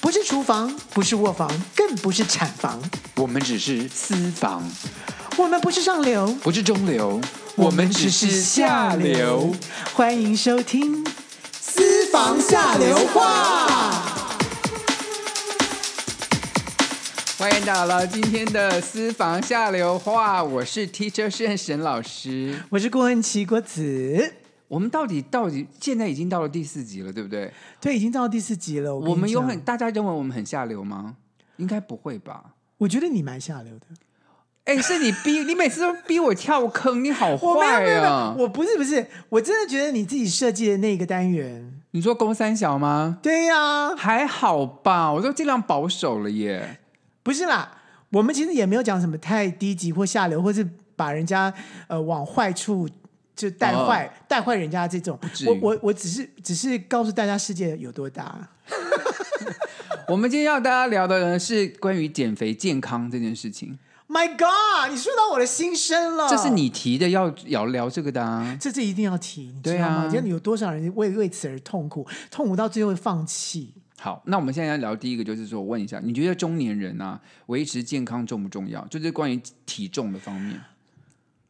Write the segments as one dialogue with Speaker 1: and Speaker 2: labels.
Speaker 1: 不是厨房，不是卧房，更不是产房，
Speaker 2: 我们只是私房，
Speaker 1: 我们不是上流，
Speaker 2: 不是中流，我们只是下流。。
Speaker 1: 欢迎收听《私房下流话》。
Speaker 2: 欢迎到了今天的私房下流话，我是 Teacher 沈沈老师。
Speaker 1: 我是郭恩琪，郭子。
Speaker 2: 我们到底到底现在已经到了第四集了，对不对？
Speaker 1: 对，已经到第四集了。我跟
Speaker 2: 我们
Speaker 1: 你
Speaker 2: 有
Speaker 1: 讲
Speaker 2: 很，大家认为我们很下流吗？应该不会吧？
Speaker 1: 我觉得你蛮下流的。
Speaker 2: 哎，是你逼，你每次都逼我跳坑，你好
Speaker 1: 我没有没
Speaker 2: 坏
Speaker 1: 有没
Speaker 2: 啊
Speaker 1: 有！，我不是不是，我真的觉得你自己设计的那个单元，
Speaker 2: 你说公三小吗？
Speaker 1: 对呀、
Speaker 2: 还好吧，我都尽量保守了 耶。
Speaker 1: 不是啦，我们其实也没有讲什么太低级或下流，或是把人家呃往坏处就带坏、带坏人家这种
Speaker 2: 哦至。
Speaker 1: 我
Speaker 2: 于
Speaker 1: 我我只是只是告诉大家世界有多大。
Speaker 2: 我们今天要大家聊的呢是关于减肥健康这件事情，
Speaker 1: My God，你说到我的心声了。
Speaker 2: 这是你提的要要聊这个的啊。
Speaker 1: 这次一定要提，你知
Speaker 2: 对
Speaker 1: 道吗？
Speaker 2: 啊
Speaker 1: 真的有多少人为为此而痛苦，痛苦到最后会放弃。
Speaker 2: 好，那我们现在要聊第一个，就是说，我问一下，你觉得中年人啊维持健康重不重要？就是关于体重的方面。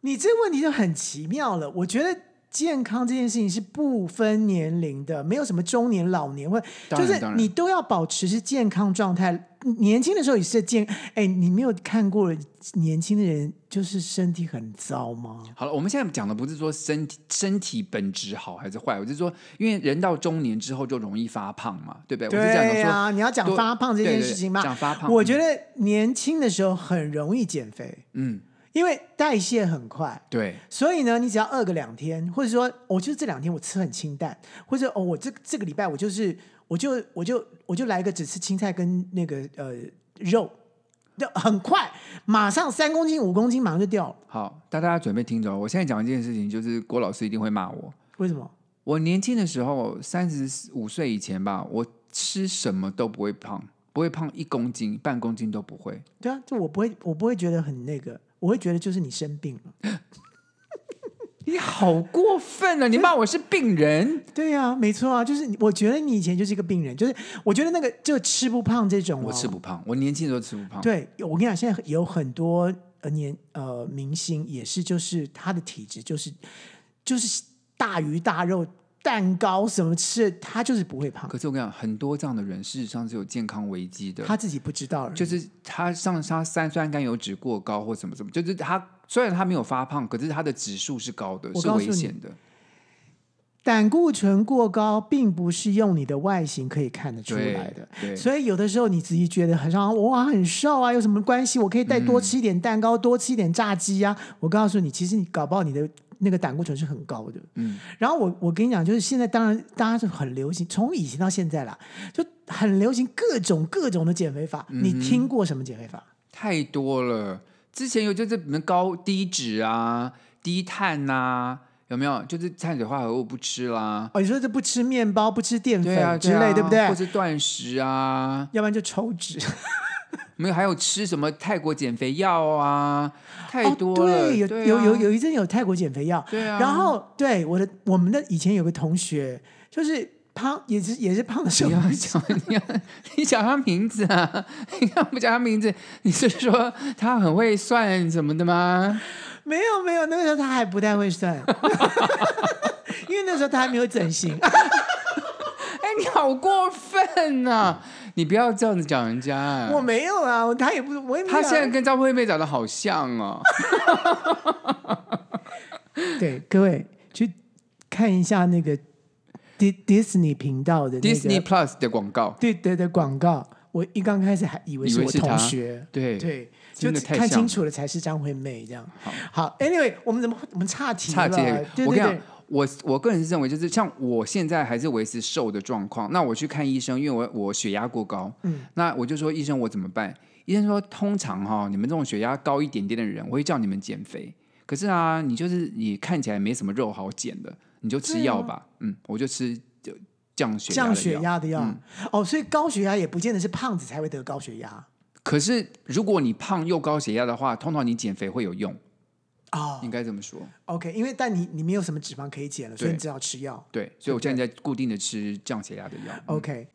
Speaker 1: 你这个问题就很奇妙了。我觉得健康这件事情是不分年龄的，没有什么中年、老年或
Speaker 2: 当
Speaker 1: 就
Speaker 2: 然
Speaker 1: 是
Speaker 2: 当然
Speaker 1: 你都要保持是健康状态。嗯年轻的时候也是健，哎，你没有看过年轻的人就是身体很糟吗？
Speaker 2: 好了，我们现在讲的不是说身体身体本质好还是坏，我是说，因为人到中年之后就容易发胖嘛，对不对？我是
Speaker 1: 对
Speaker 2: 讲
Speaker 1: 呀、
Speaker 2: 说，
Speaker 1: 你要讲
Speaker 2: 多
Speaker 1: 发胖这
Speaker 2: 对
Speaker 1: 件
Speaker 2: 对
Speaker 1: 事
Speaker 2: 对
Speaker 1: 情嘛，
Speaker 2: 讲发胖
Speaker 1: 我觉得年轻的时候很容易减肥，
Speaker 2: 嗯，
Speaker 1: 因为代谢很快。
Speaker 2: 对，
Speaker 1: 所以呢，你只要饿个两天，或者说，我、哦、就是这两天我吃很清淡，或者哦，我这这个礼拜我就是，我就我就我就来个只吃青菜跟那个呃肉，就很快，马上三公斤五公斤马上就掉了。
Speaker 2: 好，大家准备听着哦。我现在讲一件事情，就是郭老师一定会骂我。
Speaker 1: 为什么？
Speaker 2: 我年轻的时候，三十五岁以前吧，我吃什么都不会胖，不会胖一公斤、半公斤都不会。
Speaker 1: 对啊，就我不会，我不会觉得很那个，我会觉得就是你生病了。
Speaker 2: 你好过分啊！你骂我是病人，
Speaker 1: 对啊，没错啊，就是你我觉得你以前就是一个病人，就是我觉得那个就吃不胖这种、哦，
Speaker 2: 我吃不胖，我年轻的时候吃不胖。
Speaker 1: 对，我跟你讲，现在有很多呃年呃明星也是，就是他的体质就是就是大鱼大肉、蛋糕什么吃的，他就是不会胖，
Speaker 2: 可是我跟你讲，很多这样的人事实上是有健康危机的。
Speaker 1: 他自己不知道而已。
Speaker 2: 就是他上他三酸甘油脂过高或什么什么，就是他虽然他没有发胖，可是他的指数是高的，
Speaker 1: 我
Speaker 2: 是
Speaker 1: 告诉
Speaker 2: 危
Speaker 1: 你
Speaker 2: 险的。
Speaker 1: 胆固醇过高，并不是用你的外形可以看得出
Speaker 2: 对
Speaker 1: 来的。
Speaker 2: 对
Speaker 1: 所以有的时候你自己觉得很像哇很瘦啊，有什么关系？我可以再多吃一点蛋糕，多吃一点炸鸡啊。我告诉你，其实你搞不好你的那个胆固醇是很高的。
Speaker 2: 嗯，
Speaker 1: 然后我我跟你讲，就是现在当然大家是很流行，从以前到现在啦，就很流行各种各种的减肥法。你听过什么减肥法？
Speaker 2: 太多了。之前有就是什么高低脂啊、低碳呐、有没有？就是碳水化合物不吃啦，
Speaker 1: 哦，你说这不吃面包、不吃淀粉
Speaker 2: 对啊
Speaker 1: 之类，
Speaker 2: 啊
Speaker 1: 对不对
Speaker 2: 或？是断食啊，
Speaker 1: 要不然就抽脂。
Speaker 2: 没有还有吃什么泰国减肥药啊，太多了。
Speaker 1: 哦、对，有
Speaker 2: 对啊
Speaker 1: 有有有一阵有泰国减肥药，
Speaker 2: 对啊
Speaker 1: 然后对我的我们的以前有个同学就是胖，也是也是胖的时
Speaker 2: 你
Speaker 1: 候
Speaker 2: 要，讲，你要 你讲他名字啊？ 你干嘛不讲他名字？你是说他很会算什么的 吗？
Speaker 1: 没有没有，那个时候他还不太会算， 因为那时候他还没有整形。
Speaker 2: 嗯哎，你好过分呐、你不要这样子讲人家、
Speaker 1: 我没有啊，他也不，我也没有啊。
Speaker 2: 他现在跟张惠妹长得好像 哦。
Speaker 1: 对各位去看一下那个 Di Disney 频道的、那个、
Speaker 2: Disney Plus 的广告，
Speaker 1: 对对的广告，我一刚开始还以为
Speaker 2: 以
Speaker 1: 是
Speaker 2: 为
Speaker 1: 我
Speaker 2: 是
Speaker 1: 同
Speaker 2: 他
Speaker 1: 学，
Speaker 2: 对，
Speaker 1: 对，就
Speaker 2: 真的太
Speaker 1: 看
Speaker 2: 像
Speaker 1: 清
Speaker 2: 了
Speaker 1: 楚了才是张惠妹这样。
Speaker 2: 好
Speaker 1: 好，Anyway，我们怎么我们岔题
Speaker 2: 差
Speaker 1: 了？
Speaker 2: 劲
Speaker 1: 对
Speaker 2: 我
Speaker 1: 对
Speaker 2: 跟你讲
Speaker 1: 对，，
Speaker 2: 我我个人是认为，就是像我现在还是维持瘦的状况，那我去看医生，因为我我血压过高，
Speaker 1: 嗯，
Speaker 2: 那我就说医生我怎么办？医生说通常哈、你们这种血压高一点点的人，我会叫你们减肥。可是啊，你就是你看起来没什么肉好减的，你就吃
Speaker 1: 对啊
Speaker 2: 药吧。嗯，我就吃就降血压的
Speaker 1: 降血
Speaker 2: 药。嗯
Speaker 1: 压的药、哦，所以高血压也不见得是胖子才会得高血压
Speaker 2: 可是如果你胖又高血压的话，通常你减肥会有用，
Speaker 1: 哦。
Speaker 2: 应该这么说。
Speaker 1: OK，因为但你你没有什么脂肪可以减了，所以
Speaker 2: 对
Speaker 1: 你只好吃药。
Speaker 2: 对，所以我现在在固定的吃降血压的药。
Speaker 1: OK，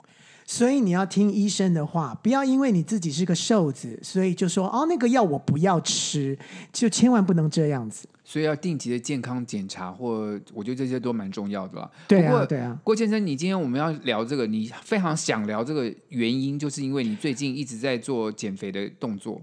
Speaker 1: 所以你要听医生的话，不要因为你自己是个瘦子，所以就说哦那个药我不要吃，就千万不能这样子。
Speaker 2: 所以要定期的健康检查，或我觉得这些都蛮重要的啦。
Speaker 1: 对
Speaker 2: 不过
Speaker 1: 啊，对啊，
Speaker 2: 郭先生，你今天我们要聊这个，你非常想聊这个原因，就是因为你最近一直在做减肥的动作。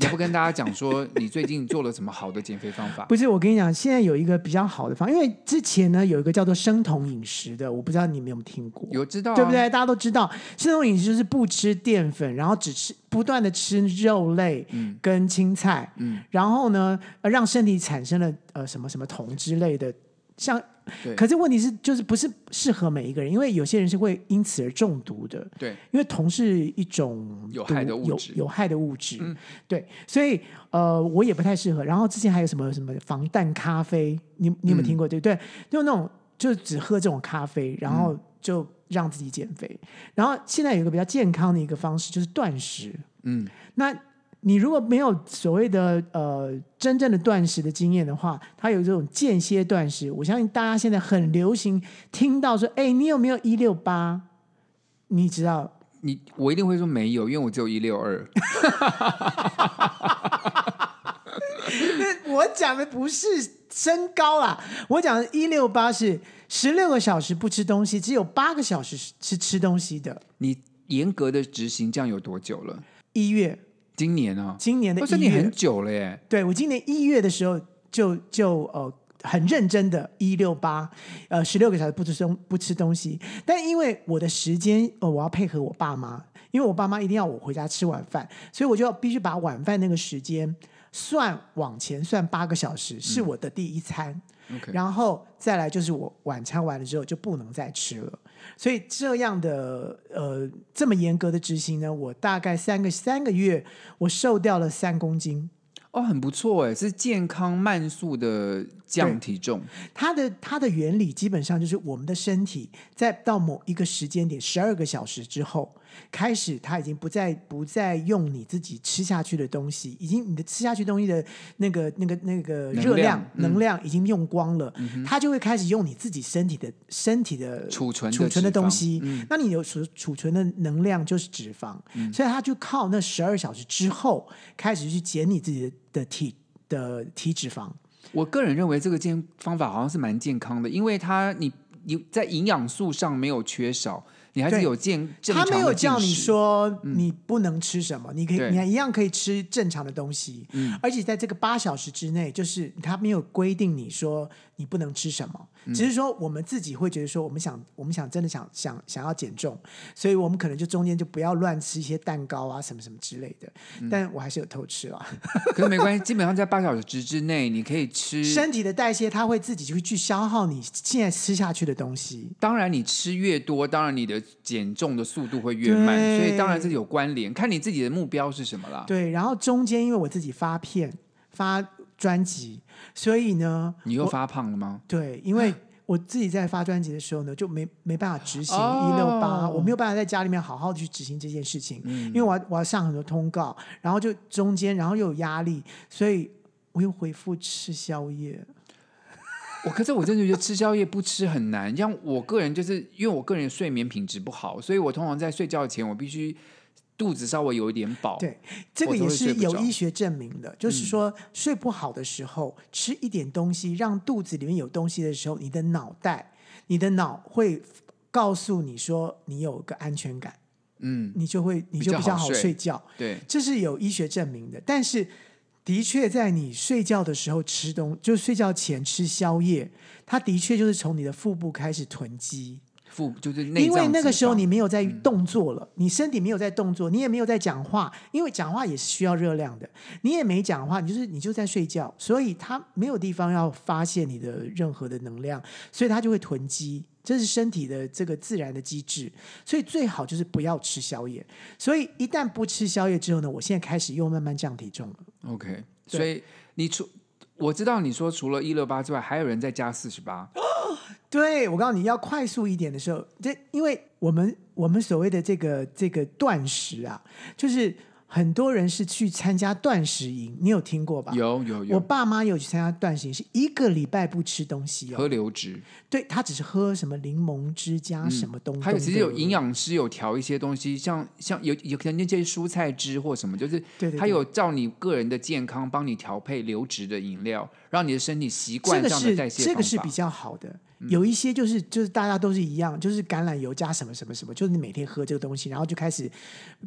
Speaker 2: 你要不跟大家讲说 你最近做了什么好的减肥方法？
Speaker 1: 不是我跟你讲，现在有一个比较好的方，因为之前呢有一个叫做生酮饮食的，我不知道你们有没有听过。
Speaker 2: 有知道、啊、
Speaker 1: 对不？对？大家都知道，生酮饮食就是不吃淀粉，然后只吃不断的吃肉类
Speaker 2: 嗯
Speaker 1: 跟青菜，
Speaker 2: 嗯，
Speaker 1: 然后呢，呃让身体产生了呃什么什么酮之类的。像，
Speaker 2: 对
Speaker 1: 可是问题是，就是不是适合每一个人，因为有些人是会因此而中毒的，
Speaker 2: 对，
Speaker 1: 因为酮是一种
Speaker 2: 有害的
Speaker 1: 毒
Speaker 2: 物质
Speaker 1: 有有害的物质，
Speaker 2: 嗯
Speaker 1: 对，所以呃，我也不太适合。然后之前还有什么什么防弹咖啡，你你有没有听
Speaker 2: 嗯
Speaker 1: 过？对不对？就那种就只喝这种咖啡，然后
Speaker 2: 嗯
Speaker 1: 就让自己减肥。然后现在有一个比较健康的一个方式，就是断食。
Speaker 2: 嗯，
Speaker 1: 那你如果没有所谓的呃真正的断食的经验的话，它有这种间歇断食，我相信大家现在很流行听到说，哎，你有没有一六八？你知道
Speaker 2: 你我一定会说没有，因为我只有一六二。
Speaker 1: 那我讲的不是身高啦，我讲的一六八是十六个小时不吃东西，只有八个小时是是吃东西的。
Speaker 2: 你严格的执行这样有多久了？
Speaker 1: 一月，
Speaker 2: 今年啊，
Speaker 1: 今年的
Speaker 2: 我说
Speaker 1: 一
Speaker 2: 你
Speaker 1: 月，
Speaker 2: 很久了耶。
Speaker 1: 对我今年一月的时候就就呃很认真的，一六八，呃十六个小时不吃东不吃东西，但因为我的时间呃我要配合我爸妈，因为我爸妈一定要我回家吃晚饭，所以我就要必须把晚饭那个时间算往前算八个小时，是我的第一餐。
Speaker 2: OK，
Speaker 1: 然后再来就是我晚餐完了之后就不能再吃了，所以这样的呃这么严格的执行呢，我大概三个三个月我瘦掉了三公斤。
Speaker 2: 哦，很不错哎，是健康慢速的降
Speaker 1: 对
Speaker 2: 体重。
Speaker 1: 它的它的原理基本上就是我们的身体在到某一个时间点，十二个小时之后开始，它已经不再不再用你自己吃下去的东西，已经你的吃下去东西的那个那个那个
Speaker 2: 能
Speaker 1: 热量
Speaker 2: 量嗯嗯
Speaker 1: 能量已经用光了，它就会开始用你自己身体的身体的
Speaker 2: 储存的
Speaker 1: 储存的
Speaker 2: 脂肪
Speaker 1: 东西，
Speaker 2: 嗯
Speaker 1: 那你有储储存的能量就是脂肪，所以它就靠那十二小时之后开始去减你自己的的体的体脂肪。
Speaker 2: 我个人认为这个健方法好像是蛮健康的，因为它你你在营养素上没有缺少，你还是
Speaker 1: 对
Speaker 2: 有健正
Speaker 1: 他
Speaker 2: 常的
Speaker 1: 没有
Speaker 2: 进
Speaker 1: 叫你
Speaker 2: 食，嗯
Speaker 1: 说你不能吃什么，你可以，
Speaker 2: 对嗯
Speaker 1: 你还一样可以吃正常的东西，而且在这个八小时之内，就是他没有规定你说你不能吃什么，
Speaker 2: 嗯
Speaker 1: 只是说我们自己会觉得说我们想，我们想真的想想想要减重，所以我们可能就中间就不要乱吃一些蛋糕啊什么什么之类的，
Speaker 2: 嗯
Speaker 1: 但我还是有偷吃啊啦。
Speaker 2: 可是没关系，基本上在八小时之内你可以吃。
Speaker 1: 身体的代谢它会自己去去消耗你现在吃下去的东西，
Speaker 2: 当然，你吃越多，当然你的减重的速度会越慢，所以当然是有关联，看你自己的目标是什么啦。
Speaker 1: 对，然后中间因为我自己发片发专辑，所以呢。
Speaker 2: 你又发胖了吗？
Speaker 1: 对，因 为我自己在发专辑的时候呢，就没没办法执行
Speaker 2: 哦
Speaker 1: 一六八，我没有办法在家里面好好地去执行这件事情，
Speaker 2: 嗯
Speaker 1: 因为我要我要上很多通告，然后就中间然后又有压力，所以我又回复吃宵夜。
Speaker 2: 我可是我真的觉得吃宵夜不吃很难。像我个人就是因为我个人睡眠品质不好，所以我通常在睡觉前我必须肚子稍微有一点饱。
Speaker 1: 对这
Speaker 2: 哦我
Speaker 1: 个
Speaker 2: 都
Speaker 1: 也
Speaker 2: 会睡
Speaker 1: 是
Speaker 2: 不
Speaker 1: 有
Speaker 2: 着嗯
Speaker 1: 医学证明的，就是说睡不好的时候吃一点东西，让肚子里面有东西的时候，你的脑袋、你的脑会告诉你说你有个安全感，
Speaker 2: 嗯，
Speaker 1: 你就会你
Speaker 2: 比
Speaker 1: 就
Speaker 2: 较
Speaker 1: 比较
Speaker 2: 好
Speaker 1: 好
Speaker 2: 睡
Speaker 1: 睡觉。
Speaker 2: 对。
Speaker 1: 这是有医学证明的，但是的确在你睡觉的时候吃东，就睡觉前吃宵夜，它的确就是从你的腹部开始囤积，
Speaker 2: 腹就是内
Speaker 1: 因为
Speaker 2: 脏
Speaker 1: 那个
Speaker 2: 脂
Speaker 1: 时候
Speaker 2: 肪嗯
Speaker 1: 你没有在动作了，你身体没有在动作，你也没有在讲话，因为讲话也是需要热量的，你也没讲话，你就是你就在睡觉，所以它没有地方要发泄你的任何的能量，所以它就会囤积。这是身体的这个自然的机制，所以最好就是不要吃宵夜。所以一旦不吃宵夜之后呢，我现在开始又慢慢降体重了。
Speaker 2: OK，
Speaker 1: 对
Speaker 2: 所以你除我知道你说除了一六八之外，还有人在加四十八，
Speaker 1: 对，我告诉你要快速一点的时候，这因为我们我们所谓的这个这个断食啊，就是很多人是去参加断食营，你有听过吧？
Speaker 2: 有有
Speaker 1: 我
Speaker 2: 有，
Speaker 1: 爸妈有去参加断食营，是一个礼拜不吃东西哦。
Speaker 2: 喝流质，
Speaker 1: 对他只是喝什么柠檬汁加什么东西、
Speaker 2: 还嗯有其实有营，养师有调一些东西，像像有有可能那些蔬菜汁或什么，就是
Speaker 1: 对对对
Speaker 2: 他有照你个人的健康帮你调配流质的饮料，让你的身体习
Speaker 1: 这
Speaker 2: 惯
Speaker 1: 个
Speaker 2: 这样的
Speaker 1: 是
Speaker 2: 代谢
Speaker 1: 这个
Speaker 2: 方
Speaker 1: 是
Speaker 2: 法嗯
Speaker 1: 比。较好的。有一些就是就是大家都是一样，就是橄榄油加什么什么什么，就是你每天喝这个东西，然后就开始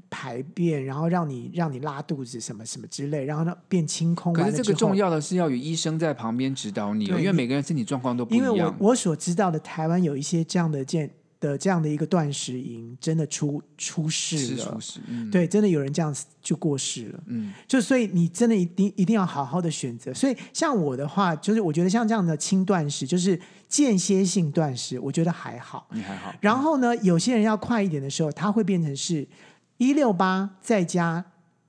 Speaker 1: 排便，然后让你让你拉肚子什么什么之类，然后呢变清空。
Speaker 2: 可
Speaker 1: 完
Speaker 2: 是
Speaker 1: 了
Speaker 2: 这个
Speaker 1: 之后
Speaker 2: 重要的是要有医生在旁边指导你哦，
Speaker 1: 对
Speaker 2: 因为
Speaker 1: 你
Speaker 2: 每个人身体状况都不
Speaker 1: 因为
Speaker 2: 一
Speaker 1: 我
Speaker 2: 样。
Speaker 1: 我所知道的，台湾有一些这样的健的这样的一个断食营，真的出出事
Speaker 2: 是
Speaker 1: 了
Speaker 2: 熟。食，嗯，
Speaker 1: 对，真的有人这样就过世了。
Speaker 2: 嗯，
Speaker 1: 就所以你真的一定一定要好好的选择。所以像我的话，就是我觉得像这样的轻断食，就是间歇性断食，我觉得还好。
Speaker 2: 你还好。
Speaker 1: 然后呢，有些人要快一点的时候，他会变成是一六八再加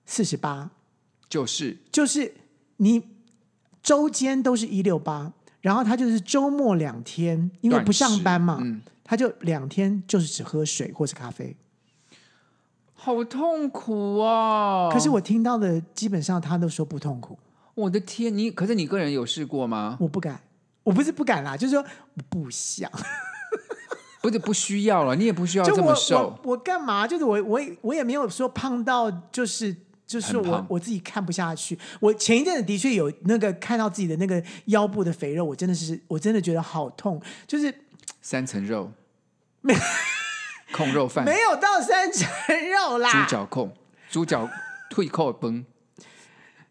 Speaker 1: 四十八，
Speaker 2: 就是
Speaker 1: 就是你周间都是一六八，然后他就是周末两天，因为
Speaker 2: 断
Speaker 1: 不上
Speaker 2: 食
Speaker 1: 班嘛，
Speaker 2: 嗯，
Speaker 1: 他就两天就是只喝水或是咖啡。
Speaker 2: 好痛苦哦。
Speaker 1: 可是我听到的基本上他都说不痛苦，
Speaker 2: 我的天，你可是你个人有试过吗？
Speaker 1: 我不敢，我不是不敢啦，就是说我不想。
Speaker 2: 不是不需要了，你也不需要
Speaker 1: 就
Speaker 2: 这
Speaker 1: 我
Speaker 2: 么瘦
Speaker 1: 我。我干嘛？就是我我也我也没有说胖到就是。就是
Speaker 2: 很
Speaker 1: 我
Speaker 2: 胖
Speaker 1: 我自己看不下去，我前一阵子的确有那个看到自己的那个腰部的肥肉，我真的是我真的觉得好痛，就是
Speaker 2: 三层肉， 控肉饭，
Speaker 1: 没啊有到三层肉
Speaker 2: 猪
Speaker 1: 啦，
Speaker 2: 脚控，猪脚退扣崩，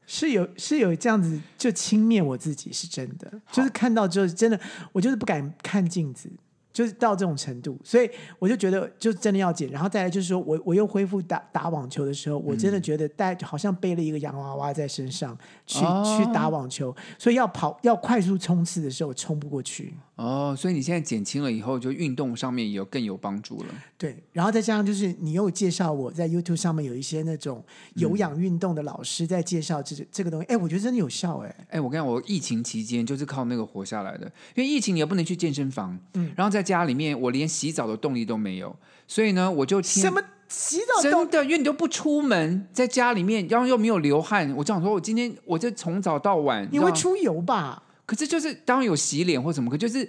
Speaker 1: 是有是有这样子就轻蔑我自己是真的，就是看到之后真的我就是不敢看镜子，就是到这种程度，所以我就觉得就真的要减，然后再来就是说我我又恢复打打网球的时候，我真的觉得带好像背了一个洋娃娃在身上去、
Speaker 2: 哦
Speaker 1: 去打网球，所以要跑要快速冲刺的时候我冲不过去，
Speaker 2: 哦，所以你现在减轻了以后，就运动上面也有更有帮助了。
Speaker 1: 对，然后再加上就是你又介绍我在 YouTube 上面有一些那种有氧运动的老师在介绍这个这个东西，哎，我觉得真的有效哎、
Speaker 2: 哎，我跟你讲，我疫情期间就是靠那个活下来的，因为疫情你也不能去健身房，嗯，然后在家里面我连洗澡的动力都没有，所以呢，我就听
Speaker 1: 什么洗澡动
Speaker 2: 真的，因为你都不出门，在家里面，然后又没有流汗，我这样说，我今天我就从早到晚，
Speaker 1: 你
Speaker 2: 知道
Speaker 1: 会
Speaker 2: 吗
Speaker 1: 出油吧？
Speaker 2: 可是就是当然有洗脸或什么，可就是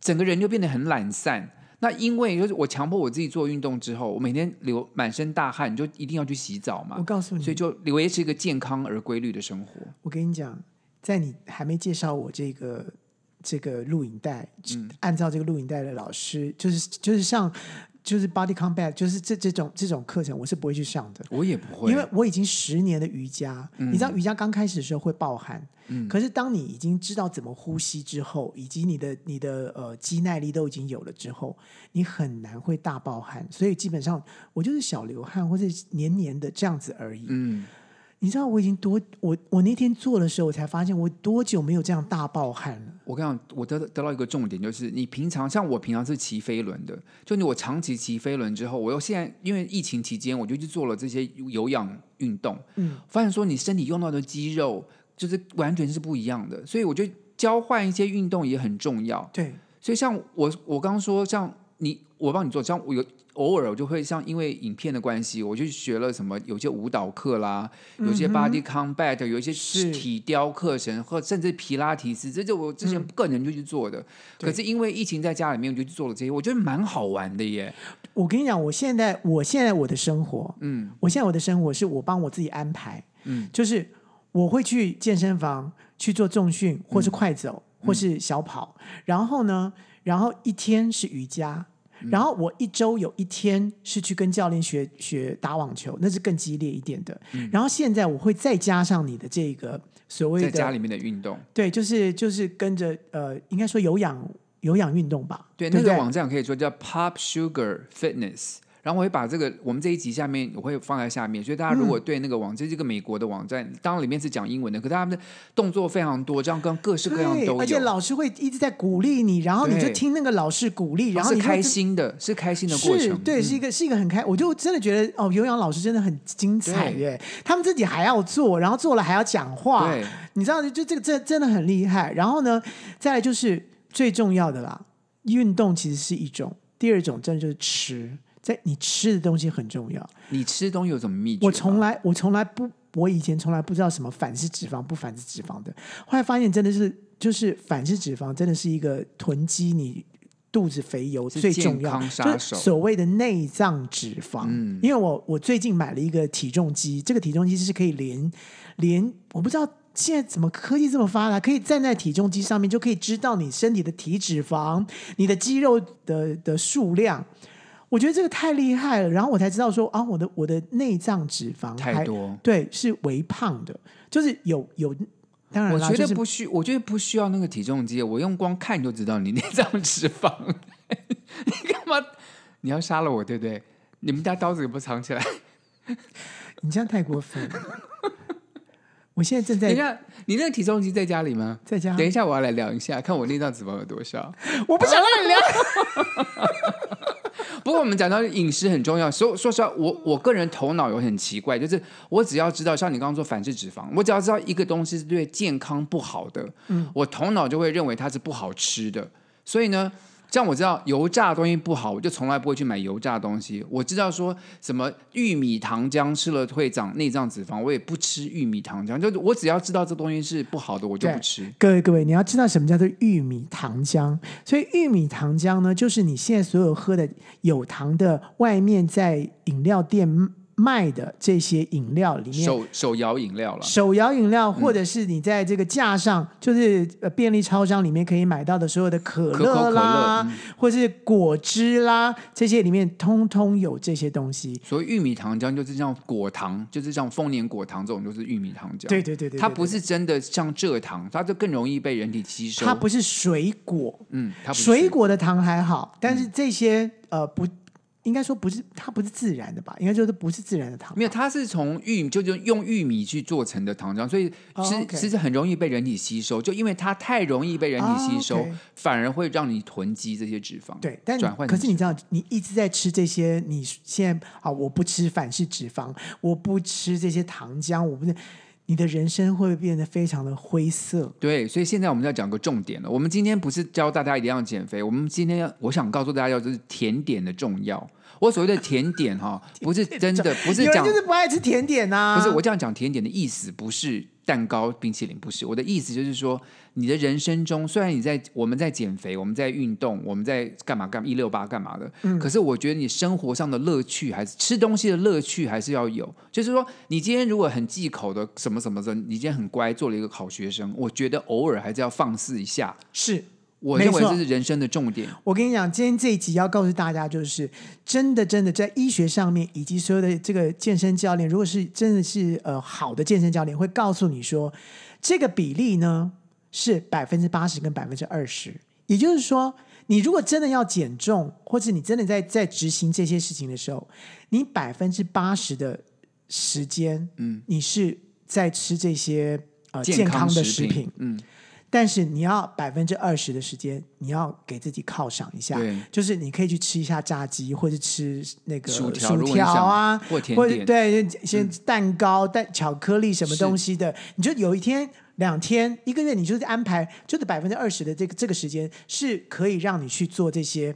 Speaker 2: 整个人就变得很懒散。那因为就是我强迫我自己做运动之后，我每天流满身大汗，你就一定要去洗澡
Speaker 1: 我
Speaker 2: 嘛，
Speaker 1: 告诉
Speaker 2: 啊所以
Speaker 1: 你，
Speaker 2: 就维持一个健康而规律的生活。
Speaker 1: 我跟你讲，在你还没介绍我这个这个录影带，
Speaker 2: 嗯
Speaker 1: 按照这个录影带的老师，就是就是像就是 Body Combat，就是这这种这种课程，我是不会去上的。
Speaker 2: 我也不会，嗯
Speaker 1: 因为我已经十年的瑜伽，你知道瑜伽刚开始的时候会暴汗，可是当你已经知道怎么呼吸之后，以及你的你的呃肌耐力都已经有了之后，你很难会大暴汗，所以基本上我就是小流汗或者黏黏的这样子而已。
Speaker 2: 嗯，
Speaker 1: 你知道我已经多我我那天做的时候，我才发现我多久没有这样大暴汗了。
Speaker 2: 我跟你讲，我得得到一个重点，就是你平常像我平常是骑飞轮的，就你我长期骑飞轮之后，我又现在因为疫情期间，我就去做了这些有氧运动，
Speaker 1: 嗯，
Speaker 2: 发现说你身体用到的肌肉就是完全是不一样的，所以我觉得交换一些运动也很重要。
Speaker 1: 对，
Speaker 2: 所以像我，我刚刚说，像你，我帮你做，像我有偶尔我就会像因为影片的关系，我就学了什么，有些舞蹈课啦，有些 body combat，有一
Speaker 1: 嗯是
Speaker 2: 些体雕课程，或甚至皮拉提斯，这就我之
Speaker 1: 嗯
Speaker 2: 前个人就去做的。可是因为疫情在家里面，我就去做了这些，我觉得蛮好玩的耶。
Speaker 1: 我跟你讲，我现在我现在我的生活，
Speaker 2: 嗯，
Speaker 1: 我现在我的生活是我帮我自己安排，
Speaker 2: 嗯，
Speaker 1: 就是我会去健身房去做重训，或是快走，
Speaker 2: 嗯
Speaker 1: 或是小跑，然后呢，然后一天是瑜伽。
Speaker 2: 嗯
Speaker 1: 然后我一周有一天是去跟教练学学打网球，那是更激烈一点的。
Speaker 2: 嗯
Speaker 1: 然后现在我会再加上你的这个所谓
Speaker 2: 在
Speaker 1: 的
Speaker 2: 家里面的运动，
Speaker 1: 对，就是就是跟着呃，应该说有氧有氧运动吧。
Speaker 2: 对，
Speaker 1: 不
Speaker 2: 那个网站可以说叫 Pop Sugar Fitness。然后我会把这个我们这一集下面我会放在下面，所以大家如果
Speaker 1: 嗯
Speaker 2: 对那个网站、这是一个美国的网站，当然里面是讲英文的，可是他们的动作非常多，这样跟各式各样
Speaker 1: 对，
Speaker 2: 都有，
Speaker 1: 而且老师会一直在鼓励你，然后你就
Speaker 2: 对哦
Speaker 1: 听那个老师鼓励，然后
Speaker 2: 是
Speaker 1: 你就
Speaker 2: 开心的，是开心的过
Speaker 1: 是
Speaker 2: 程，嗯
Speaker 1: 对，是一个是一个很开，我就真的觉得哦，有氧老师真的很精彩
Speaker 2: 对
Speaker 1: 耶，他们自己还要做，然后做了还要讲话，
Speaker 2: 对
Speaker 1: 你知道，就这个这真的很厉害。然后呢，再来就是最重要的啦，运动其实是一种，第二种真的就是吃。在你吃的东西很重要。
Speaker 2: 你吃东西有什么秘诀吗？
Speaker 1: 我从来我从来不，我以前从来不知道什么反式脂肪不反式脂肪的，后来发现真的是就是反式脂肪真的是一个囤积你肚子肥油
Speaker 2: 是
Speaker 1: 最重
Speaker 2: 健
Speaker 1: 要，
Speaker 2: 康
Speaker 1: 就
Speaker 2: 杀
Speaker 1: 是
Speaker 2: 手
Speaker 1: 所谓的内脏脂肪。
Speaker 2: 嗯
Speaker 1: 因为我我最近买了一个体重机，这个体重机是可以连连我不知道。现在怎么科技这么发达？可以站在体重机上面就可以知道你身体的体脂肪、你的肌肉的的数量。我觉得这个太厉害了，然后我才知道说啊，我的我的内脏脂肪
Speaker 2: 太
Speaker 1: 还
Speaker 2: 多。
Speaker 1: 对，是微胖的，就是有有，当然
Speaker 2: 我
Speaker 1: 啦
Speaker 2: 觉
Speaker 1: 就嗯
Speaker 2: 得
Speaker 1: 是
Speaker 2: 不需，我觉得不需要那个体重机，我用光看就知道你内脏脂肪。 你干嘛？你要杀了我，对不对？你们家刀子也不藏起来。
Speaker 1: 你这样太过分了。 我现在正
Speaker 2: 等一
Speaker 1: 在
Speaker 2: 下，你那个体重机在家里吗？
Speaker 1: 在家，
Speaker 2: 等一下，我要来量一下，看我内脏脂肪有多少。
Speaker 1: 我不想让你聊。
Speaker 2: 不过我们讲到饮食很重要，所以说实话，我我个人头脑有很奇怪，就是我只要知道像你刚刚说反式脂肪，我只要知道一个东西是对健康不好的，
Speaker 1: 嗯
Speaker 2: 我头脑就会认为它是不好吃的。所以呢，像我知道油炸的东西不好，我就从来不会去买油炸的东西。我知道说什么玉米糖浆吃了会长内脏脂肪，我也不吃玉米糖浆。就是我只要知道这东西是不好的，我就不
Speaker 1: 对
Speaker 2: 吃。
Speaker 1: 各位各位，你要知道什么叫做玉米糖浆。所以玉米糖浆呢，就是你现在所有喝的有糖的，外面在饮料店卖的这些饮料里面
Speaker 2: 手手摇饮料了，
Speaker 1: 手摇饮料，或者是你在这个架上，就是呃便利超商里面可以买到的所有的可
Speaker 2: 可口
Speaker 1: 乐
Speaker 2: 可
Speaker 1: 啦，
Speaker 2: 乐嗯
Speaker 1: 或是果汁啦，这些里面通通有这些东西。
Speaker 2: 所谓玉米糖浆就是像果糖，就是像丰年果糖这种，就是玉米糖浆。
Speaker 1: 对对对对，
Speaker 2: 它
Speaker 1: 对
Speaker 2: 不，是真的像蔗糖，它就更容易被人体吸收。
Speaker 1: 它不是水果，
Speaker 2: 嗯，它不是嗯
Speaker 1: 水果的糖还好，但是这些、呃不，应该说不是，它不是自然的吧？应该说是不是自然的糖
Speaker 2: 没有，它是从玉米，就是用玉米去做成的糖浆，所以吃、
Speaker 1: 哦 OK
Speaker 2: 其实很容易被人体吸收。就因为它太容易被人体吸收，
Speaker 1: 哦，OK
Speaker 2: 反而会让你囤积这些脂肪。
Speaker 1: 对，但你
Speaker 2: 转换
Speaker 1: 可是
Speaker 2: 成
Speaker 1: 你知道，你一直在吃这些，你现在啊，我不吃反式脂肪，我不吃这些糖浆，我不是，你的人生会变得非常的灰色。
Speaker 2: 对，所以现在我们要讲个重点了。我们今天不是教大家一定要减肥，我们今天要我想告诉大家，要就是甜点的重要。我所谓的甜点 哈，不是真的，不是
Speaker 1: 有人
Speaker 2: 讲
Speaker 1: 就是不爱吃甜点啊呐、
Speaker 2: 不是我这样讲甜点的意思，不是蛋糕、冰淇淋，不是我的意思，就是说你的人生中，虽然你在我们在减肥，我们在运动，我们在干嘛干一六八干嘛的，
Speaker 1: 嗯
Speaker 2: 可是我觉得你生活上的乐趣还是吃东西的乐趣还是要有。就是说，你今天如果很忌口的什么什么的，你今天很乖，做了一个好学生，我觉得偶尔还是要放肆一下。
Speaker 1: 是
Speaker 2: 我
Speaker 1: 没
Speaker 2: 认为
Speaker 1: 错
Speaker 2: 这是人生的 重点。
Speaker 1: 我跟你讲，今天这一集要告诉大家，就是真的真的在医学上面，以及所有的这个健身教练，如果是真的是呃好的健身教练，会告诉你说，这个比例呢是百分之八十跟百分之二十，也就是说，你如果真的要减重，或者你真的在在执行这些事情的时候，你百分之八十的时间，嗯，你是在吃这些呃健康的食
Speaker 2: 食
Speaker 1: 品，，
Speaker 2: 嗯，
Speaker 1: 但是你要百分之二十的时间，你要给自己犒赏一下
Speaker 2: 对，
Speaker 1: 就是你可以去吃一下炸鸡，或者吃那个
Speaker 2: 薯条
Speaker 1: 薯
Speaker 2: 如果你
Speaker 1: 条啊，
Speaker 2: 想或甜
Speaker 1: 或者
Speaker 2: 点
Speaker 1: 对，先蛋糕、蛋巧克力什么
Speaker 2: 是
Speaker 1: 东西的，你就有一天、两天、一个月，你就是安排，就是百分之二十的这个这个时间是可以让你去做这些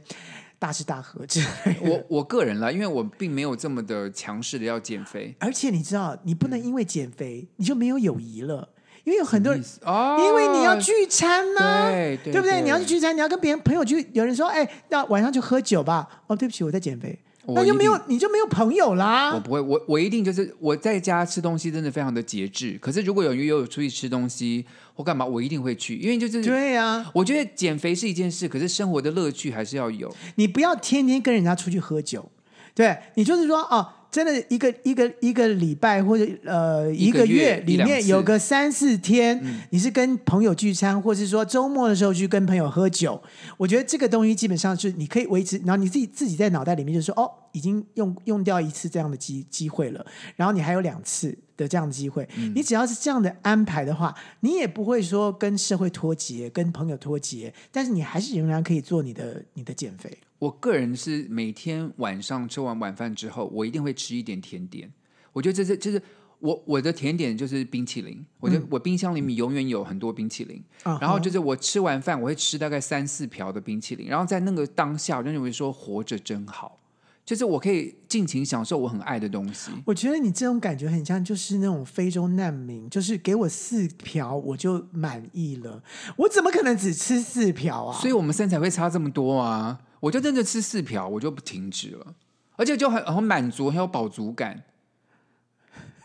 Speaker 1: 大吃大喝之类的。
Speaker 2: 我我个人啦，因为我并没有这么的强势的要减肥。
Speaker 1: 而且你知道，你不能因为减肥、你就没有友谊了，因为有很多人。
Speaker 2: 哦，
Speaker 1: 因为你要聚餐啊呐、
Speaker 2: 对
Speaker 1: 对
Speaker 2: 对
Speaker 1: 不对？
Speaker 2: 对
Speaker 1: 你要去聚餐，你要跟别人朋友去。有人说，哎，那晚上去喝酒吧。哦，对不起，我在减肥，
Speaker 2: 我
Speaker 1: 那就没有
Speaker 2: 一
Speaker 1: 你就没有朋友
Speaker 2: 我
Speaker 1: 啦。
Speaker 2: 不会，我我一定就是我在家吃东西真的非常的节制。可是如果有约有出去吃东西或干嘛，我一定会去，因为就是
Speaker 1: 对呀、
Speaker 2: 我觉得减肥是一件事，可是生活的乐趣还是要有。
Speaker 1: 你不要天天跟人家出去喝酒，对你就是说哦。真的一个一个一个礼拜或者呃
Speaker 2: 一个
Speaker 1: 个
Speaker 2: 月
Speaker 1: 里
Speaker 2: 一两
Speaker 1: 面
Speaker 2: 次嗯
Speaker 1: 有个三四天，你是跟朋友聚餐，或是说周末的时候去跟朋友喝酒，我觉得这个东西基本上是你可以维持，然后你自己自己在脑袋里面就说哦，已经用用掉一次这样的机机会了，然后你还有两次的这样的机会，
Speaker 2: 嗯
Speaker 1: 你只要是这样的安排的话，你也不会说跟社会脱节，跟朋友脱节，但是你还是仍然可以做你的你的减肥。
Speaker 2: 我个人是每天晚上吃完晚饭之后，我一定会吃一点甜点。我觉得这是就是我我的甜点就是冰淇淋，我觉得我冰箱里面永远有很多冰淇淋。
Speaker 1: 啊
Speaker 2: 然后
Speaker 1: 哈
Speaker 2: 就是我吃完饭，我会吃大概三四瓢的冰淇淋，然后在那个当下，我就认为说活着真好，就是我可以尽情享受我很爱的东西。
Speaker 1: 我觉得你这种感觉很像，就是那种非洲难民，就是给我四瓢我就满意了。我怎么可能只吃四瓢啊？
Speaker 2: 所以我们身材会差这么多啊！我就真的吃四瓢，我就不停止了，而且就很很满足，很有饱足感。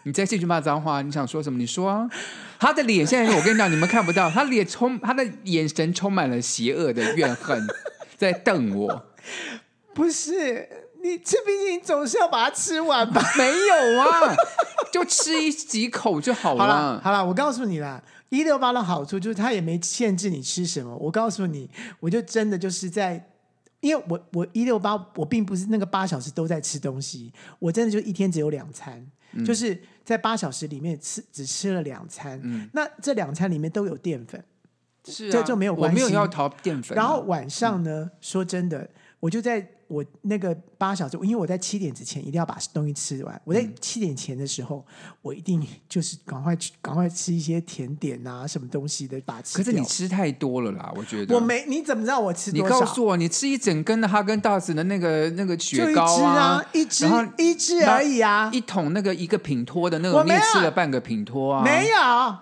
Speaker 2: 你再继续骂脏话，你想说什么？你说啊！他的脸现在，我跟你讲，你们看不到，他脸充，他的眼神充满了邪恶的怨恨，在瞪我。
Speaker 1: 不是，你吃冰淇淋总是要把它吃完吧？
Speaker 2: 没 有啊，就吃一几口就好
Speaker 1: 好了
Speaker 2: 了。
Speaker 1: 好了，我告诉你啦，一六八的好处就是它也没限制你吃什么。我告诉你，我就真的就是在。因为我我一六八我并不是那个八小时都在吃东西，我真的就一天只有两餐，就是在八小时里面吃只吃了两餐，那这两餐里面都有淀粉，
Speaker 2: 是啊，
Speaker 1: 这就没有
Speaker 2: 我
Speaker 1: 关
Speaker 2: 没有
Speaker 1: 系
Speaker 2: 要逃淀粉啊、嗯
Speaker 1: 然后晚上呢，说真的，我就在我那个八小时，因为我在七点之前一定要把东西吃完。我在
Speaker 2: 嗯
Speaker 1: 七点前的时候，我一定就是赶快去，赶快吃一些甜点啊，什么东西的，把它吃
Speaker 2: 可是你
Speaker 1: 掉
Speaker 2: 吃太多了啦，我觉得。
Speaker 1: 我没，你怎么知道我吃
Speaker 2: 你
Speaker 1: 多少？
Speaker 2: 告诉我，你吃一整根的哈根达斯的那个那个
Speaker 1: 就
Speaker 2: 雪
Speaker 1: 一
Speaker 2: 糕
Speaker 1: 只
Speaker 2: 啊，
Speaker 1: 一只
Speaker 2: 然后
Speaker 1: 一只而已啊，
Speaker 2: 一桶那个一个品托的那
Speaker 1: 我
Speaker 2: 个，你
Speaker 1: 没有
Speaker 2: 也吃了半个品托啊？
Speaker 1: 没，有，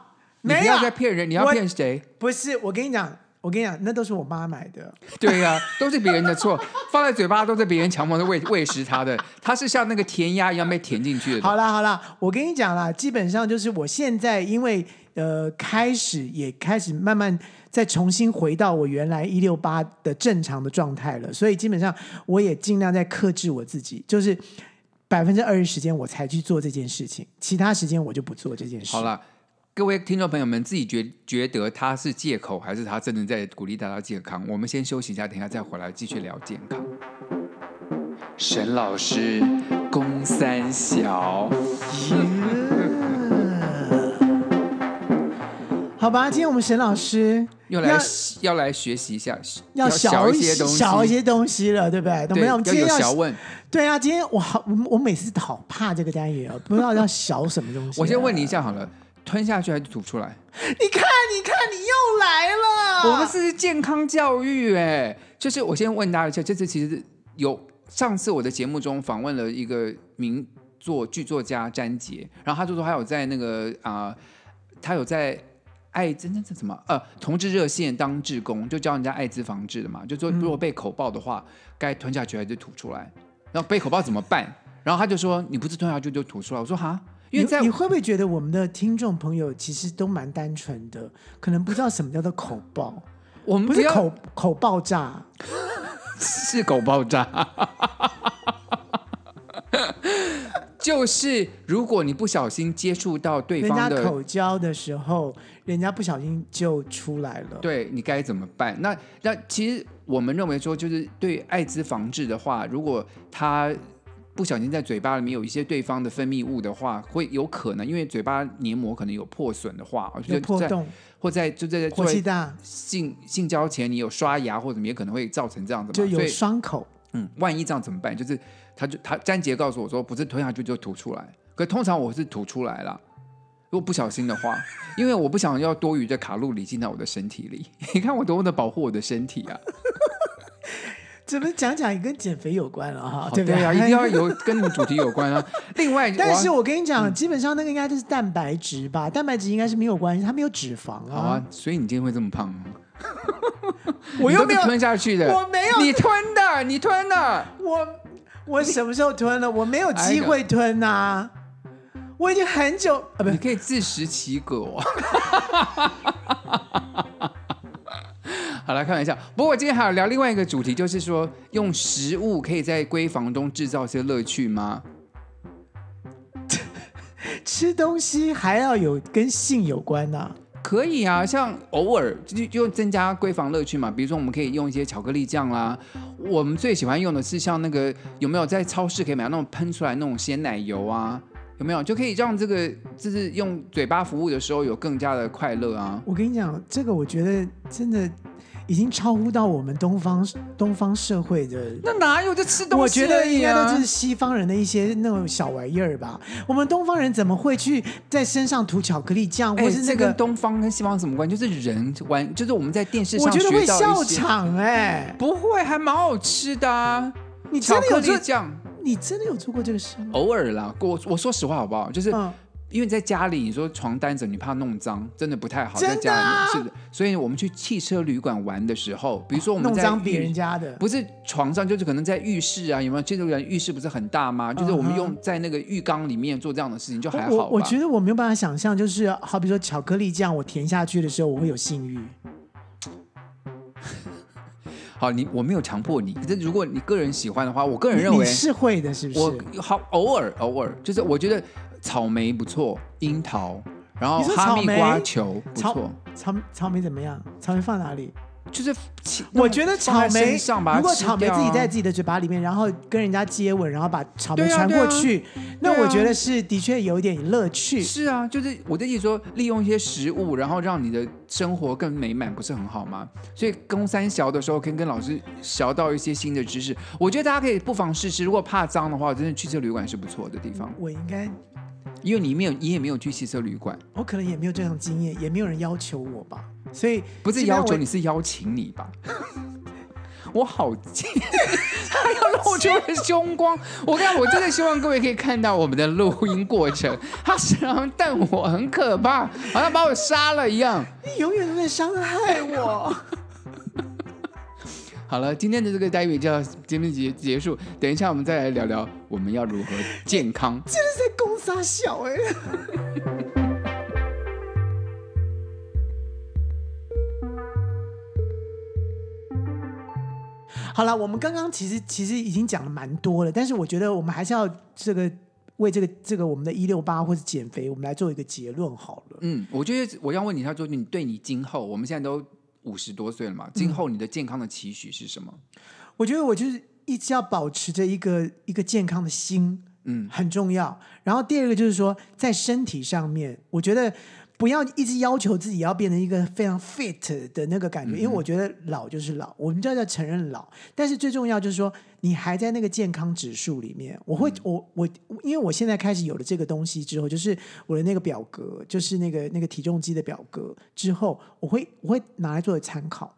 Speaker 2: 你
Speaker 1: 没
Speaker 2: 不
Speaker 1: 有
Speaker 2: 要，再骗人，你要
Speaker 1: 我
Speaker 2: 骗谁？
Speaker 1: 不是，我跟你讲，我跟你讲，那都是我妈买的。
Speaker 2: 对呀、都是别人的错，放在嘴巴都是别人强迫的喂喂食他的，他是像那个填鸭一样被填进去的。
Speaker 1: 好啦好啦，我跟你讲啦，基本上就是我现在因为呃开始也开始慢慢再重新回到我原来一六八的正常的状态了，所以基本上我也尽量在克制我自己，就是百分之二十时间我才去做这件事情，其他时间我就不做这件事。
Speaker 2: 好了，各位听众朋友们，自己觉觉得他是借口，还是他真的在鼓励大家健康？我们先休息一下，等一下再回来继续聊健康。沈老师，公三小，
Speaker 1: 好吧，今天我们沈老师
Speaker 2: 又来要来学习一下，
Speaker 1: 要
Speaker 2: 小
Speaker 1: 小
Speaker 2: 些东西，
Speaker 1: 小一些东西了，对不对？
Speaker 2: 对，
Speaker 1: 没有，我们今天
Speaker 2: 有
Speaker 1: 要
Speaker 2: 小问。
Speaker 1: 对啊，今天我好，我我每次都好怕这个单元哦，不知道要小什么东西。啊
Speaker 2: 我先问你一，下好了，吞下去还是吐出来？
Speaker 1: 你看，你看，你又来了。
Speaker 2: 我们是健康教育、哎，就是我先问大家一下，这次其实有上次我的节目中访问了一个名作剧作家詹杰，然后他就说他有在那个啊、他有在。艾滋那是什么？呃，同志热线当志工，就教人家艾滋防治的嘛。就说如果被口爆的话，该吞下去还是吐出来？然后被口爆怎么办？然后他就说：“你不是吞下去就吐出来。”我说：“哈，因为在
Speaker 1: 你你会不会觉得我们的听众朋友其实都蛮单纯的，可能不知道什么叫做口爆，
Speaker 2: 我们
Speaker 1: 不
Speaker 2: 嗯不
Speaker 1: 是
Speaker 2: 要
Speaker 1: 口口爆炸，
Speaker 2: 是狗 爆炸。就是如果你不小心接触到对
Speaker 1: 人
Speaker 2: 方
Speaker 1: 家
Speaker 2: 的，
Speaker 1: 口交的时候，人家不小心就出来了。
Speaker 2: 对你该怎么办？那那其实我们认为说，就是对艾滋防治的话，如果他不小心在嘴巴里面有一些对方的分泌物的话，会有可能因为嘴巴黏膜可能有破损的话，
Speaker 1: 有
Speaker 2: 就
Speaker 1: 破
Speaker 2: 在
Speaker 1: 洞，
Speaker 2: 或在就在
Speaker 1: 火
Speaker 2: 做
Speaker 1: 气大，
Speaker 2: 性性交前你有刷牙或者什么，也可能会造成这样子嘛。
Speaker 1: 就
Speaker 2: 所
Speaker 1: 有
Speaker 2: 以
Speaker 1: 伤口。
Speaker 2: 嗯，万一这样怎么办？就是他就他詹杰告诉我说，不是吞下去就吐出来，可通常我是吐出来了。如果不小心的话， 因为我不想要多余的卡路里进到我的身体里。 你看我多么的保护我的身体 啊！
Speaker 1: 怎么讲讲也跟减肥有关了哈，
Speaker 2: 好
Speaker 1: 哦对不对
Speaker 2: 啊，一定要有跟我们主题有关 啊。另外，
Speaker 1: 但
Speaker 2: 我
Speaker 1: 是
Speaker 2: 要
Speaker 1: 我跟你
Speaker 2: 嗯
Speaker 1: 讲，基本上那个应该就是蛋白质吧，蛋白质应该是没有关系，它没有脂肪
Speaker 2: 好啊，所以你今天会这么胖吗？
Speaker 1: 我
Speaker 2: 你
Speaker 1: 又
Speaker 2: 都
Speaker 1: 没
Speaker 2: 是
Speaker 1: 有，
Speaker 2: 吞下去的，
Speaker 1: 我没有
Speaker 2: 你吞的，你吞的。
Speaker 1: 我我什么时候吞了？我没有机会吞呐、我已经很久啊，不
Speaker 2: 你，可以自食其果。 好了，开玩笑。不过我今天还有聊另外一个主题，就是说用食物可以在闺房中制造些乐趣吗？
Speaker 1: 吃东西还要有跟性有关呐、
Speaker 2: 可以啊，像偶尔就就增加闺房乐趣嘛。比如说，我们可以用一些巧克力酱啦。我们最喜欢用的是像那个有没有在超市可以买到那种喷出来那种鲜奶油啊？有没有就可以让这个就是用嘴巴服务的时候有更加的快乐啊？
Speaker 1: 我跟你讲，这个我觉得真的已经超乎到我们东方东方社会的。
Speaker 2: 那哪有就吃东西、啊
Speaker 1: 我觉得应该都
Speaker 2: 是。
Speaker 1: 是西方人的一些那种小玩意儿吧。我们东方人怎么会去在身上涂巧克力酱，
Speaker 2: 哎，
Speaker 1: 或是
Speaker 2: 这
Speaker 1: 那个
Speaker 2: 跟？东方跟西方什么关系？就是人玩，就是我们在电视
Speaker 1: 我
Speaker 2: 上
Speaker 1: 觉
Speaker 2: 学
Speaker 1: 得会
Speaker 2: 到
Speaker 1: 笑
Speaker 2: 一些，
Speaker 1: 场哎、
Speaker 2: 不会，还蛮好吃的啊！
Speaker 1: 你真
Speaker 2: 巧
Speaker 1: 的
Speaker 2: 克
Speaker 1: 有
Speaker 2: 力
Speaker 1: 这？
Speaker 2: 酱，
Speaker 1: 你真的有做过这个事吗？
Speaker 2: 偶尔啦，我我说实话好不好？就是
Speaker 1: 嗯，
Speaker 2: 因为你在家里，你说床单枕，你怕弄脏，真的不太好。
Speaker 1: 真的啊
Speaker 2: 在家里面是的，所以我们去汽车旅馆玩的时候，比如说我们
Speaker 1: 弄
Speaker 2: 在
Speaker 1: 脏别
Speaker 2: 浴
Speaker 1: 人家的，
Speaker 2: 不是床上，就是可能在浴室啊，有没有？这种人浴室不是很大吗？就是我们用在那个浴缸里面做这样的事情，就还好
Speaker 1: 嗯
Speaker 2: 吧。
Speaker 1: 我我觉得我没有办法想象，就是好比说巧克力酱，我填下去的时候我会有性欲。
Speaker 2: 好，你我没有强迫你，可是如果你个人喜欢的话，我个人认
Speaker 1: 你
Speaker 2: 为
Speaker 1: 是会的，是不是？
Speaker 2: 我好偶尔偶尔，就是我觉得草莓不错，樱桃，然后
Speaker 1: 你说
Speaker 2: 哈
Speaker 1: 草
Speaker 2: 密
Speaker 1: 莓
Speaker 2: 瓜球不
Speaker 1: 草
Speaker 2: 错，
Speaker 1: 草草莓怎么样？草莓放哪里？
Speaker 2: 就是其
Speaker 1: 我觉得草
Speaker 2: 放在
Speaker 1: 莓
Speaker 2: 身上吧，
Speaker 1: 如果草莓自己在
Speaker 2: 吃啊
Speaker 1: 自己的嘴巴里面，然后跟人家接吻，然后把草莓
Speaker 2: 对啊
Speaker 1: 传过
Speaker 2: 对啊
Speaker 1: 去，那
Speaker 2: 对啊
Speaker 1: 我觉得是的确有一点乐趣
Speaker 2: 掉啊。是啊，就是我的意思说，利用一些食物，然后让你的生活更美满，不是很好吗？所以公三小的时候，可以跟老师学到一些新的知识，我觉得大家可以不妨试试。如果怕脏的话，真的去这旅馆是不错的地方，
Speaker 1: 我应该，
Speaker 2: 因为你没有，你也没有去汽车旅馆。
Speaker 1: 我可能也没有这种经验，也没有人要求我吧，所以
Speaker 2: 不是
Speaker 1: 基本上
Speaker 2: 要求
Speaker 1: 我
Speaker 2: 你，是邀请你 吧？我好贱，还要露出了凶光。我跟你讲，我真的希望各位可以看到我们的录音过程。他时常瞪我，很可怕，好像把我杀了一样。
Speaker 1: 你永远都在伤害我。
Speaker 2: 好了，今天的这个待遇就要节目结结束。等一下，我们再来聊聊我们要如何健康。
Speaker 1: 真的在攻杀小哎、 好了，我们刚刚其实其实已经讲了蛮多了，但是我觉得我们还是要这个为这个这个我们的一六八或者减肥，我们来做一个结论好了。
Speaker 2: 嗯，我觉得我要问你，他说你对你今后，我们现在都五十多岁了嘛，今后你的健康的期许是什么？
Speaker 1: 我觉得我就是一直要保持着一个一个健康的心，
Speaker 2: 嗯，
Speaker 1: 很重要。然后第二个就是说，在身体上面，我觉得不要一直要求自己要变成一个非常 fit 的那个感觉，因为我觉得老就是老，我们就要承认老。但是最重要就是说，你还在那个健康指数里面。我会，我我，因为我现在开始有了这个东西之后，就是我的那个表格，就是那个那个体重机的表格之后，我会我会拿来作为参考。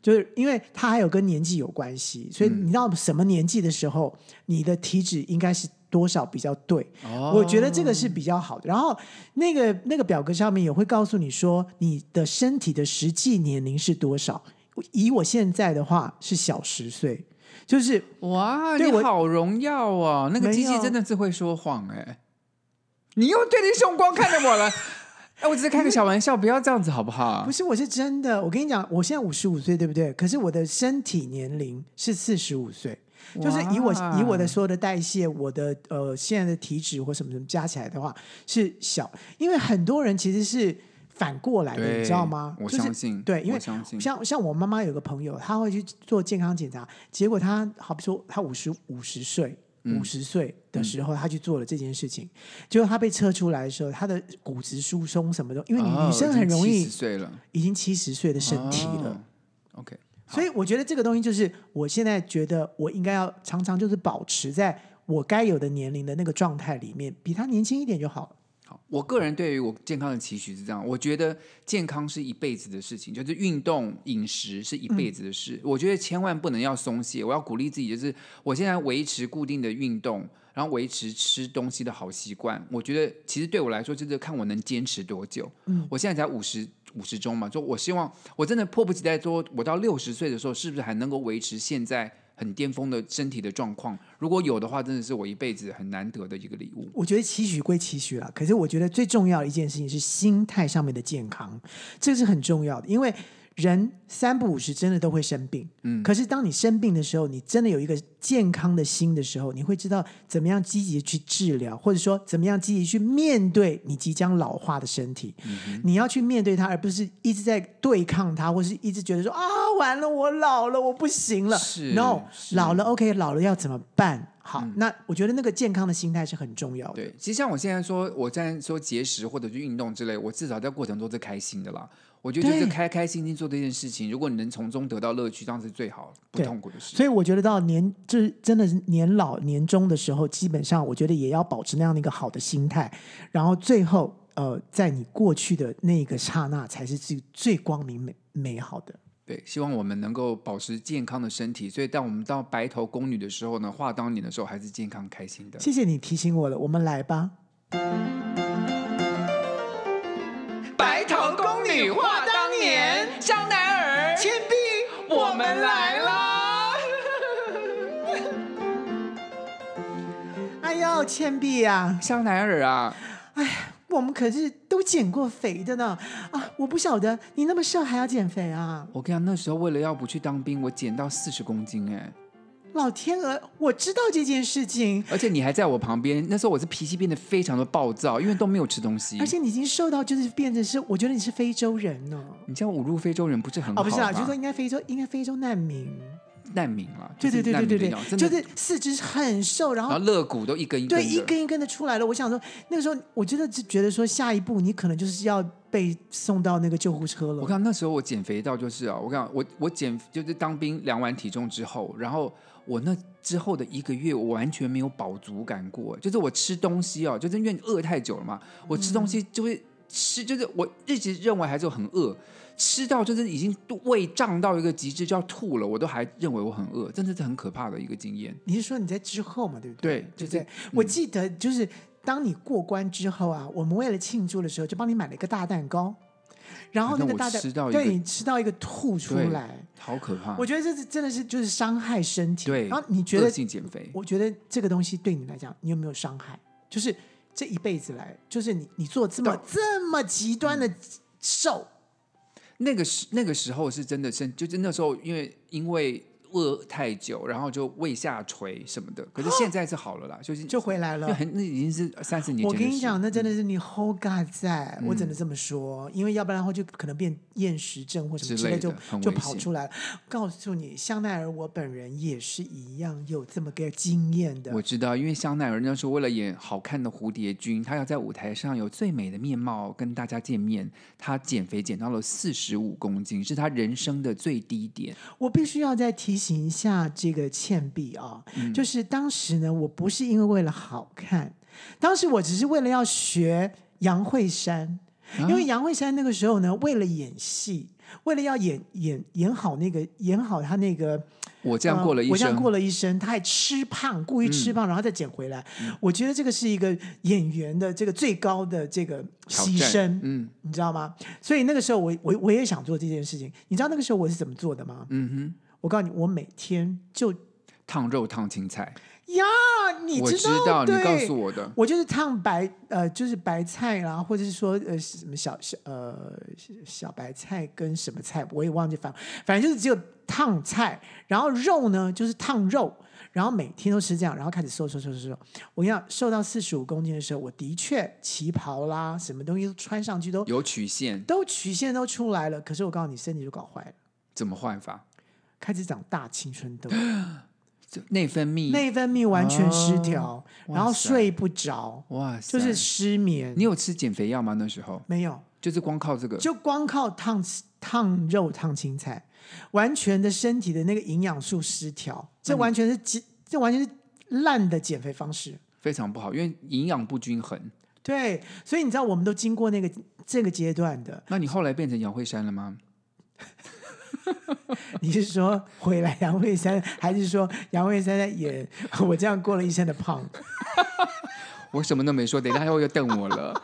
Speaker 1: 就是因为它还有跟年纪有关系，所以你知道什么年纪的时候，你的体脂应该是多少比较对。
Speaker 2: 哦
Speaker 1: 我觉得这个是比较好的。然后那个那个表格上面也会告诉你说你的身体的实际年龄是多少。以我现在的话是小十岁，就是
Speaker 2: 哇，
Speaker 1: 对
Speaker 2: 你
Speaker 1: 我
Speaker 2: 好荣耀哦！那个
Speaker 1: 没
Speaker 2: 机器
Speaker 1: 有
Speaker 2: 真的是会说谎哎、你又对着凶光看着我了。 哎，我只是开个小玩笑，不要这样子好不好？
Speaker 1: 不是我是真的。我跟你讲，我现在五十五岁，对不对？可是我的身体年龄是四十五岁。就是以我
Speaker 2: 哇
Speaker 1: 以我的所有的代谢，我的呃现在的体脂或什么什么加起来的话是小，因为很多人其实是反过来的，
Speaker 2: 对
Speaker 1: 你知道吗？
Speaker 2: 我
Speaker 1: 就是
Speaker 2: 相信
Speaker 1: 对，因
Speaker 2: 我
Speaker 1: 为
Speaker 2: 相信
Speaker 1: 像像我妈妈有个朋友，她会去做健康检查，结果她好比说她五十五十岁。
Speaker 2: 嗯
Speaker 1: 五十岁的时候，她去做了这件事情，结果她被测出来的时候，她的骨质疏松什么的，因为你
Speaker 2: 哦
Speaker 1: 女生
Speaker 2: 已
Speaker 1: 很
Speaker 2: 经
Speaker 1: 容易
Speaker 2: 70岁了，
Speaker 1: 已经七十岁的身体了，
Speaker 2: 哦 OK，
Speaker 1: 所以我觉得这个东西就是，我现在觉得我应该要常常就是保持在我该有的年龄的那个状态里面，比他年轻一点就好了。
Speaker 2: 好，我个人对于我健康的期许是这样，我觉得健康是一辈子的事情，就是运动、饮食是一辈子的事。我觉得千万不能要松懈，我要鼓励自己，就是我现在维持固定的运动，然后维持吃东西的好习惯。我觉得其实对我来说，就是看我能坚持多久。嗯，我现在才五十。五十中嘛，就我希望我真的迫不及待说，我到六十岁的时候，是不是还能够维持现在很巅峰的身体的状况？如果有的话，真的是我一辈子很难得的一个礼物。
Speaker 1: 我觉得期许归期许啊啦，可是我觉得最重要的一件事情是心态上面的健康，这是很重要的，因为人三不五时真的都会生病。嗯，可是当你生病的时候，你真的有一个健康的心的时候，你会知道怎么样积极地去治疗，或者说怎么样积极地去面对你即将老化的身体。你要去面对它，而不是一直在对抗它，或是一直觉得说啊，完了，我老了，我不行了。
Speaker 2: 是
Speaker 1: no，
Speaker 2: 是
Speaker 1: 老了 OK，老了要怎么办？好，那我觉得那个健康的心态是很重要的。
Speaker 2: 对，其实像我现在说，我现在说节食或者去运动之类，我至少在过程中是开心的啦。我觉得就是
Speaker 1: 对
Speaker 2: 开开心心做这件事情，如果你能从中得到乐趣，这样是最好不
Speaker 1: 对
Speaker 2: 痛苦的事。
Speaker 1: 所以我觉得到年就是真的是年老年终的时候，基本上我觉得也要保持那样的一个好的心态，然后最后呃，在你过去的那一个刹那才是最最光明美美好的。
Speaker 2: 对，希望我们能够保持健康的身体，所以当我们到白头宫女的时候呢，话当年的时候还是健康开心的。
Speaker 1: 谢谢你提醒我了，我们来吧。
Speaker 2: 白头宫女话当年，香奈儿，
Speaker 1: 铅笔，
Speaker 2: 我们来啦！
Speaker 1: 哎呦，铅笔啊，
Speaker 2: 香奈儿啊，
Speaker 1: 我们可是都减过肥的呢啊！我不晓得你那么瘦还要减肥啊！
Speaker 2: 我跟你讲，那时候为了要不去当兵，我减到四十公斤哎、
Speaker 1: 老天鹅，我知道这件事情，
Speaker 2: 而且你还在我旁边，那时候我是脾气变得非常的暴躁，因为都没有吃东西。
Speaker 1: 而且你已经瘦到就是变成是，我觉得你是非洲人呢。
Speaker 2: 你这样侮辱非洲人不是很好
Speaker 1: 哦，
Speaker 2: 吗？
Speaker 1: 不是啦，就是说应该非洲，应该非洲难民。
Speaker 2: 难民了，
Speaker 1: 对对对对对
Speaker 2: 就是难民的样子
Speaker 1: 对，
Speaker 2: 真的
Speaker 1: 就是四肢很瘦，然
Speaker 2: 然后
Speaker 1: 后
Speaker 2: 肋骨都一根一根
Speaker 1: 对
Speaker 2: 的，
Speaker 1: 一根一根的出来了。我想说，那个时候我真的是觉得说，下一步你可能就是要被送到那个救护车
Speaker 2: 我
Speaker 1: 了。
Speaker 2: 看那时候我减肥到就是啊，我看我我减就是当兵量完体重之后，然后我那之后的一个月，我完全没有饱足感过，就是我吃东西哦，就是因为饿太久了嘛，我吃东西就会吃，就是我一直认为还是很饿，吃到就是已经胃胀到一个极致就要吐了，我都还认为我很饿，真的是很可怕的一个经验。
Speaker 1: 你是说你在之后嘛，对不对？对不
Speaker 2: 对，就是
Speaker 1: 对？我记得就是当你过关之后啊，我们为了庆祝的时候，就帮你买了一个大蛋糕，然后那
Speaker 2: 反正
Speaker 1: 个
Speaker 2: 我
Speaker 1: 大蛋
Speaker 2: 吃到一
Speaker 1: 对
Speaker 2: 个
Speaker 1: 你吃到一个吐出
Speaker 2: 对
Speaker 1: 来，
Speaker 2: 好可怕。
Speaker 1: 我觉得这是真的是就是伤害身体。
Speaker 2: 啊对，
Speaker 1: 然后你觉得
Speaker 2: 恶，性减肥？
Speaker 1: 我觉得这个东西对你来讲，你有没有伤害？就是这一辈子来，就是你你做这么这么极端的瘦，
Speaker 2: 那个时那个时候是真的是，就是那时候因为因为饿太久，然后就胃下垂什么的。可是现在是好了啦，就是嗯
Speaker 1: 就回来
Speaker 2: 因
Speaker 1: 了
Speaker 2: 为。很那已经是三十年
Speaker 1: 我
Speaker 2: 前的事。
Speaker 1: 跟你讲，那真的是你 hold g 在，我只能这么说，因为要不然的话就可能变厌食症或什么
Speaker 2: 之
Speaker 1: 之类
Speaker 2: 类
Speaker 1: 就
Speaker 2: 的很
Speaker 1: 就
Speaker 2: 危
Speaker 1: 跑
Speaker 2: 险
Speaker 1: 出来了。告诉你，香奈儿我本人也是一样有这么个经验的
Speaker 2: 我。知道，因为香奈儿那时候为了演好看的蝴蝶君，她要在舞台上有最美的面貌跟大家见面，她减肥减到了四十五公斤，是她人生的最低点。
Speaker 1: 我必须要再提醒一下这个倩碧啊，
Speaker 2: 嗯
Speaker 1: 就是当时呢，我不是因为为了好看，当时我只是为了要学杨慧珊，
Speaker 2: 啊
Speaker 1: 因为杨慧珊那个时候呢，为了演戏，为了要演演演好那个演好她那个。
Speaker 2: 我这样过了一
Speaker 1: 呃我这样
Speaker 2: 生，嗯
Speaker 1: 过了一生，他还吃胖，故意吃胖，然后再减回来。我觉得这个是一个演员的这个最高的这个
Speaker 2: 挑
Speaker 1: 牺
Speaker 2: 战
Speaker 1: 牲，
Speaker 2: 嗯
Speaker 1: 你知道吗？所以那个时候我，我我也想做这件事情。你知道那个时候我是怎么做的吗？
Speaker 2: 嗯
Speaker 1: 我告诉你，我每天就
Speaker 2: 哼，烫肉烫青菜，
Speaker 1: 呀，啊你
Speaker 2: 我知
Speaker 1: 道，
Speaker 2: 道你
Speaker 1: 对
Speaker 2: 告诉我的。
Speaker 1: 我就是烫白，呃，就是白菜啦，或者是说呃什么小小呃小白菜跟什么菜，我也忘记反反正就是只有烫菜，然后肉呢就是烫肉，然后每天都吃这样，然后开始瘦瘦瘦瘦瘦。我跟你讲，瘦到四十五公斤的时候，我的确旗袍啦，什么东西都穿上去都
Speaker 2: 有曲线，
Speaker 1: 都曲线都出来了，可是我告诉你，身体就搞坏了，
Speaker 2: 怎么换法？
Speaker 1: 开始长大青春痘，
Speaker 2: 这内分泌，
Speaker 1: 内分泌完全失调，
Speaker 2: 哇
Speaker 1: 然后
Speaker 2: 塞
Speaker 1: 睡不着，
Speaker 2: 哦哇塞，
Speaker 1: 就是失眠
Speaker 2: 你。有吃减肥药吗？那时候
Speaker 1: 没有，
Speaker 2: 就是光靠这个，
Speaker 1: 就光靠烫烫肉、烫青菜，完全的身体的那个营养素失调，这完全是减，这完全是烂的减肥方式。
Speaker 2: 非常不好，因为营养不均衡。
Speaker 1: 对，所以你知道我们都经过那个这个阶段的，
Speaker 2: 那你后来变成杨慧珊了吗？
Speaker 1: 你是说回来杨慧珊，还是说杨慧珊在演我这样过了一生的胖？
Speaker 2: 我什么都没说，等一下又又瞪我了。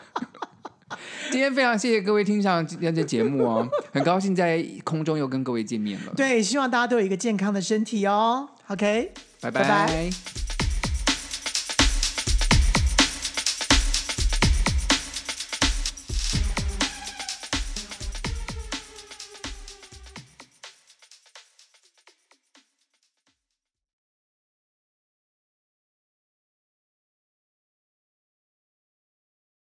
Speaker 2: 今天非常谢谢各位听上今天的节目哦，很高兴在空中又跟各位见面了，
Speaker 1: 对，希望大家都有一个健康的身体哦。OK，
Speaker 2: 拜
Speaker 1: 拜
Speaker 2: 拜
Speaker 1: 拜